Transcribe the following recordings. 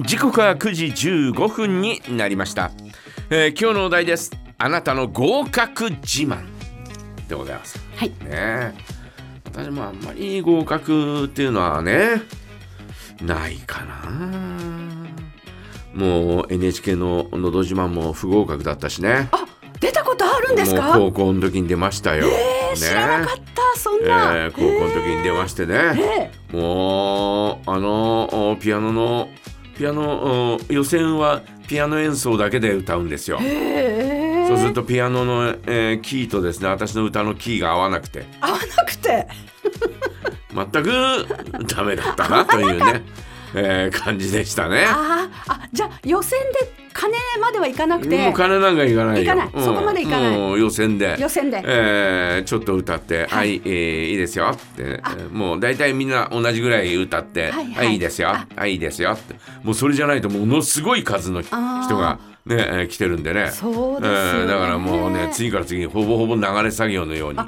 時刻は9時15分になりました、えー今日のお題ですあなたの合格自慢でございますねはい。え私もあんまり合格っていうのはねないかなもう NHK の「のど自慢」も不合格だったしねあ、出たことあるんですか。もう高校の時に出ましたよ、えー知らなかった。そんえな。ー高校の時に出ましてね、えもうあのおピアノのピアノお予選はピアノ演奏だけで歌うんですよー。えーそうするとピアノの、えーキーとですね私の歌のキーが合わなくて合わなくて。全くダメだったなという ね、えー感じでしたね。あーあ、じゃあ予選で金まではいかなくもてう。金なんかいかないよ。いかないうんそこまでいかないもう予選で。予選でえーちょっと歌って、は、はいいい、えーいいですよって、えーもう大体みんな同じぐらい歌って、ははいい、はいい、いですよ、はい、いいですよって、もうそれじゃないとものすごい数の人あーがね、えー来てるんでね。そうでえすよねーだからもうね、次から次にほぼほぼ流れ作業のように。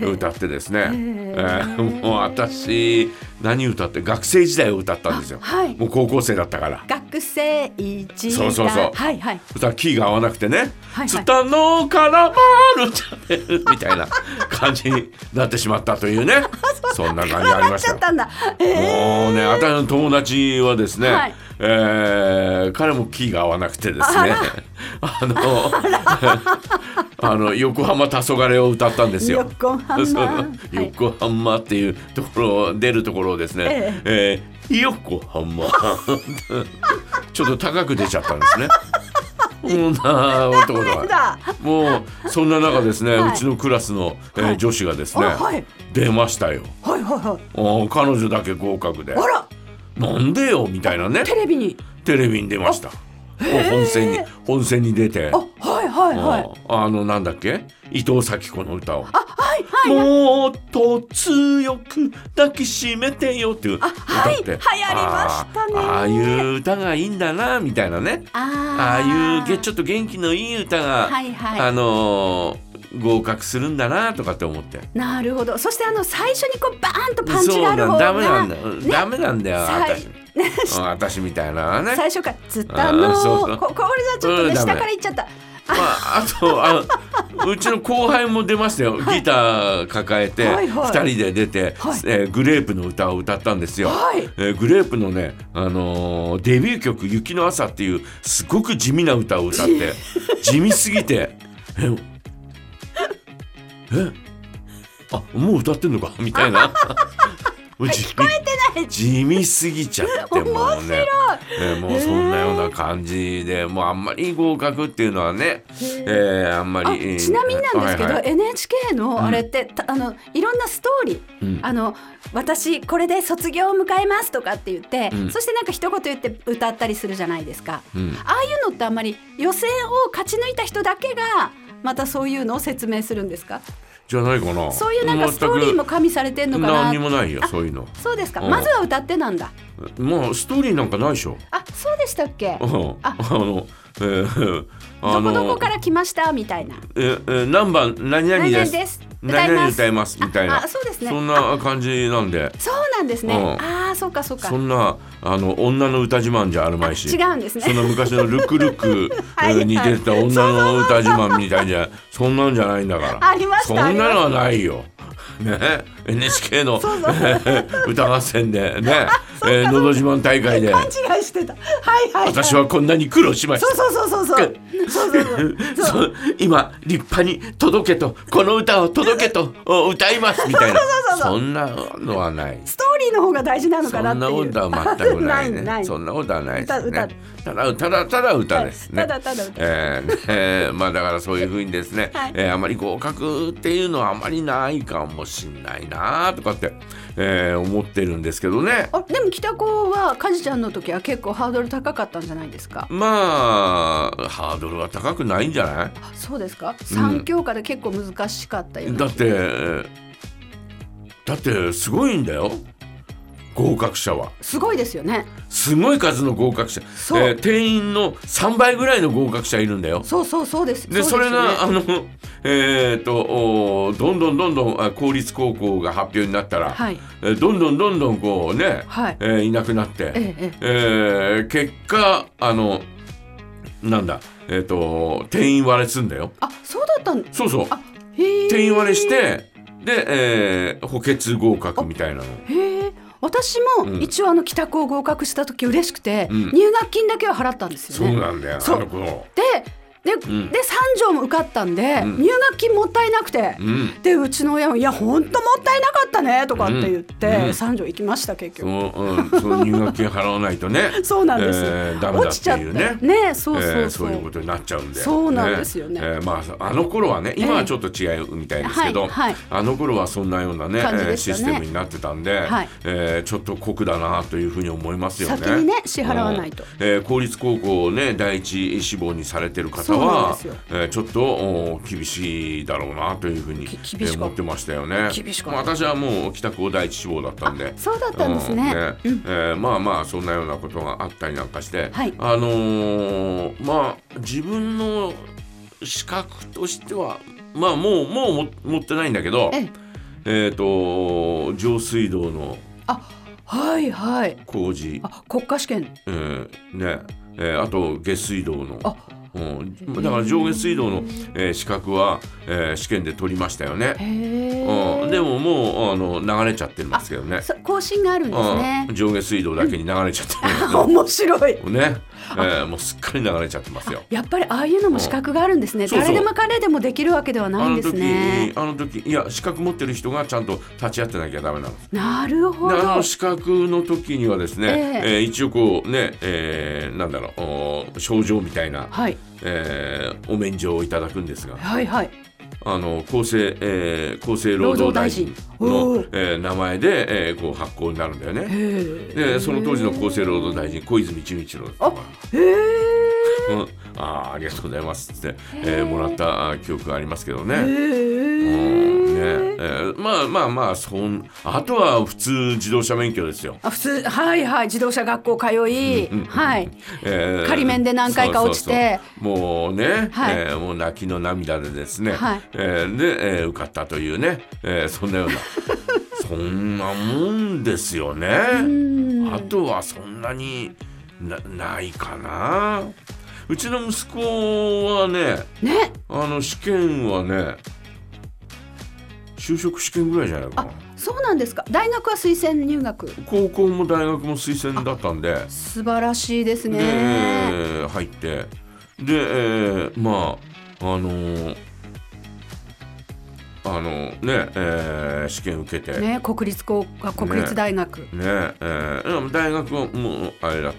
歌ってですね、えーーもう私何歌って学生時代を歌ったんですよ、あはいもう高校生だったから学生一そうそうそうはいはい。歌キーが合わなくてね「はいツタのからまるチャンネル」みたいな感じになってしまったという ねそんな感じありまなっしちゃたったんだ。えーもうね私の友達はですね、はいえー彼もキーが合わなくてですね あの あの横浜黄昏を歌ったんですよ。横浜そのはい横浜っていうところを出るところをですね、ええー横浜 ちょっと高く出ちゃったん ですね。そんな男となんはだ。もうそんな中ですね、はいうちのクラスの、えーはい女子がですね、あはい出ましたよ。はいはいはい。お彼女だけ合格であら、なんでよみたいなねテレビに。テレビに出ました本戦に本戦に出てあ、はいはいはい。あのなんだっけ伊藤咲子の歌をあ、はいはい。もっと強く抱きしめてよっていう歌ってはい流行りましたねあーああいう歌がいいんだなみたいなねああいうげちょっと元気のいい歌が、はいはいあのー合格するんだなとかって思ってなるほど。そしてあの最初にこうバーンとパンチがあるそ方うがなんダメなんだ、うんダメなんだよさい私うん私みたいなね最初から「つったのあーそうそうここれじゃちょっとうねんダ下メからいっちゃったまあ、あとあのうちの後輩も出ましたよ、ギター抱えてはいはい2人で出て、はいえーグレープの歌を歌ったんですよ。はいえーグレープのね、あのーデビュー曲「雪の朝」っていうすごく地味な歌を歌って 地味すぎて「ええあもう歌ってんのか」みたい な。聞こえてない地味すぎちゃってもうねえーもうそんなような感じで、もうあんまり合格っていうのはね、えーあんまりあえーちなみになんですけど、はいはい NHK のあれって、たあのいろんなストーリー、うんあの私これで卒業を迎えますとかって言って、うんそしてなんか一言言って歌ったりするじゃないですか、うんああいうのってあんまり予選を勝ち抜いた人だけがまたそういうのを説明するんですかじゃないかなそういうなんかストーリーも加味されてんの全くかな何にもないよそういうのそうですか、うんまずは歌ってなんだもうストーリーなんかないでしょあそうでしたっけうん ああのえーあどこどこのから来ましたみたいな。えー何番何々で何々すです何々歌歌いいまますすみたいなああそうですねそんな感じなんでそうなんですね。うんああ、そうかそうか。そんなあの女の歌自慢じゃあるまいし違うんですねその昔の「ルクルク」はいはいに出てた女の歌自慢みたいじゃそんなんじゃないんだからありましたそんなのはないよ。ね、NHK のそうそう歌合戦 でね「えーのど自慢」大会で勘違いしてた。はいはい、はい。私。はこんなに苦労しましそうた。そうそうそうそう。そうそうそう。そうそう今立派に「届けとこの歌を届けとお歌います」みたいなそうそうそうそんなのはない。ストーリーの方が大事なのそかなっんてないう。ことは全くないね。 ないそんなことはないですね歌。ただただただ歌ですね。ただただ歌えーね えーまあだからそういうふうにですね、はいえーあまり合格っていうのはあまりないかもしんないなとかって、えー思ってるんですけどね。あでも北高はカジちゃんの時は結構ハードル高かったんじゃないですか。まあハードルは高くないんじゃないあそうですか。三教科で結構難しかったよ、うなだってだってすごいんだよ合格者は。すごいですよね。すごい数の合格者、そうえー定員の3倍ぐらいの合格者いるんだよ。そうそうそうです。でそれが、あのえー、とおーどんどんどんどんあ公立高校が発表になったら、はいえーどんどんどんどんこうね、はいえーいなくなって、えええー結果あのなんだえっ、と定員割れすんだよ。あそうだったんそうそうあへえ定員割れしてで、えー補欠合格みたいなの。へえ私もうん一応あの帰宅を合格した時嬉しくて、うん入学金だけは払ったんですそようね。なんだよそうあの子。でで,、んで三条も受かったんで、ん入学金もったいなくて、うんでうちの親も「いやほんともったいなかったね」とかって言って、うん三条行きました結そ局。のうん、その入学金払わないとね そうなんです、えーダメだ落っちてちゃっいてうねねそうそうそう,、えーそういうことになっちゃうんでそうなんですよねえーまあ、あの頃はね今はちょっと違うみたいですけど、ええはいはいあの頃はそんなようなね感じえーでしたシねステムになってたんで、はいえーちょっと酷だなというふうに思いますよね。先にね支払わないとうんえー公立高校をね第一志望にされてる方そうなんはですよ、えーちょっとお厳しいだろうなというふうに、えき厳ー、しかった思ってましたよね。厳しかっまたあ私はもう北高第一志望だったんで。そうだったんですね。うんえーまあまあそんなようなことがあったりなんかして、はいあのーまあ自分の資格としてはまあもうもうも持ってないんだけどえええっ、と上水道のあはいはい工事、あ国家試験えーね、えーあと下水道の。あうん、だから上下水道の、えー資格は、えー試験で取りましたよへね、え、うん、でももうあの流れちゃってますけどねそ更新があるんですねうん、。上下水道だけに流れちゃってるんだけど 面白い。ね、えーもうすっかり流れちゃってますよ。やっぱりああいうのも資格があるんですね。そうそう誰でも彼でもできるわけではないあんのです時ね。あの時いや資格持ってる人がちゃんと立ち会ってなきゃダメなんです。なるほであどの。資格の時にはですね、ええー一応こうね、えーなんだろうおー症状みたいな、はいえーお免状をいただくんですがはいはい。あの厚生、えー厚生労働大臣労の働大臣おーえー名前で、えーこう発行になるんだよね。ででその当時の厚生労働大臣小泉純一郎だったのかなへえ。うん、あーありがとうございますっつって、えーもらった記憶がありますけどへね。うんねえ。えーまあまあまあそんあとは普通自動車免許ですよ。あ普通はいはい自動車学校通いうんうんうんはいえー仮免で何回か落ちてそうそうそうもうね、はいえーもう泣きの涙でですね、はいえーで、えー受かったというね、えーそんなよう なそんなもんですよねあとはそんなになないかなうちの息子はねねあの試験はね就職試験ぐらいじゃないかあなそうなんですか大学は推薦入学高校も大学も推薦だったんで素晴らしいですで、ね入ってで、えーまああのーあのね、えー試験受けてねね国立高あ国立大学えーでも大学はもうあれだ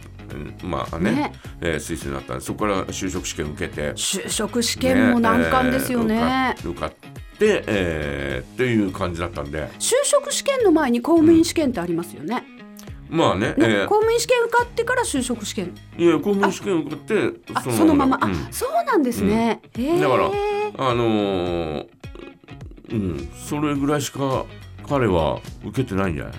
うんまあねねえー推薦だったんでそこから就職試験受けて就職試験も難関ですよねえー受か受かって、えーっていう感じだったんで就職試験の前に公務員試験ってありますよね。まあねえねー公務員試験受かってから就職試験。いや公務員試験受かってあ、そのまま。うあ、んそうなんですね。へえだからあのーうんそれぐらいしか彼は受けてないんじゃない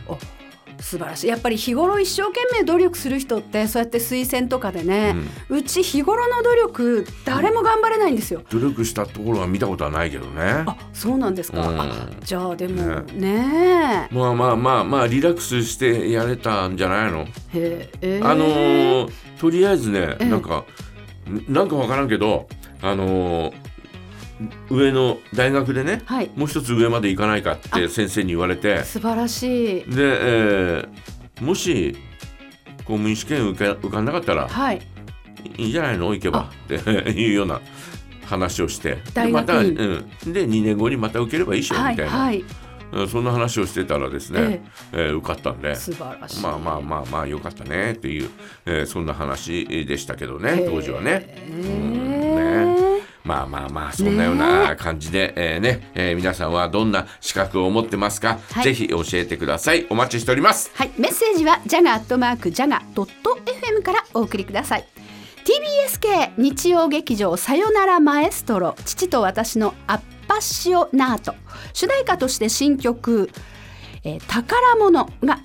素晴らしい。やっぱり日頃一生懸命努力する人ってそうやって推薦とかでね、うち日頃の努力誰も頑張れないんですよ。努力したところは見たことはないけどねあ、そうなんですか。うんあ、じゃあでもねまあまあまあまあリラックスしてやれたんじゃないの、へえ。あのーとりあえずねええなんかなんかわからんけどあのー上の大学でねはい。もう一つ上まで行かないかって先生に言われて素晴らしい。で、えーもし公務員試験受け受かんなかったらはい。いいんじゃないの行けばって いうような話をしてで大ま学た、う院ん、で2年後にまた受ければいいっしょみたはいいな、はい。うんそんな話をしてたらですね、えー受かったんで素晴らしい。まあまあまあまあよかったねっていう、えーそんな話でしたけどねへえ当時はね。へうんえ。まあまあまあそんなような感じで、えーねえー皆さんはどんな資格を持ってますか、はいぜひ教えてくださいお待ちしております。はい、メッセージはジャガアットマークジャガドット FM からお送りください。TBSK 日曜劇場「さよならマエストロ父と私のアッパシオナート」主題歌として新曲「えー宝物」が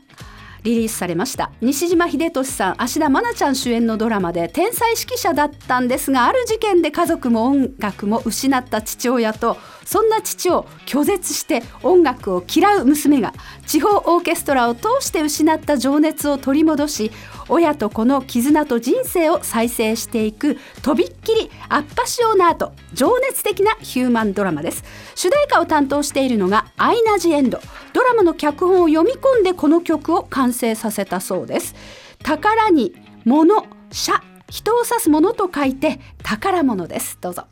リリースされました西島秀俊さん芦田愛菜ちゃん主演のドラマで天才指揮者だったんですがある事件で家族も音楽も失った父親とそんな父を拒絶して音楽を嫌う娘が地方オーケストラを通して失った情熱を取り戻し親と子の絆と人生を再生していくとびっきりアッパシオナート情熱的なヒューマンドラマです主題歌を担当しているのがアイナ・ジ・エンドドラマの脚本を読み込んでこの曲を完成させたそうです宝に物社人を指すものと書いて宝物ですどうぞ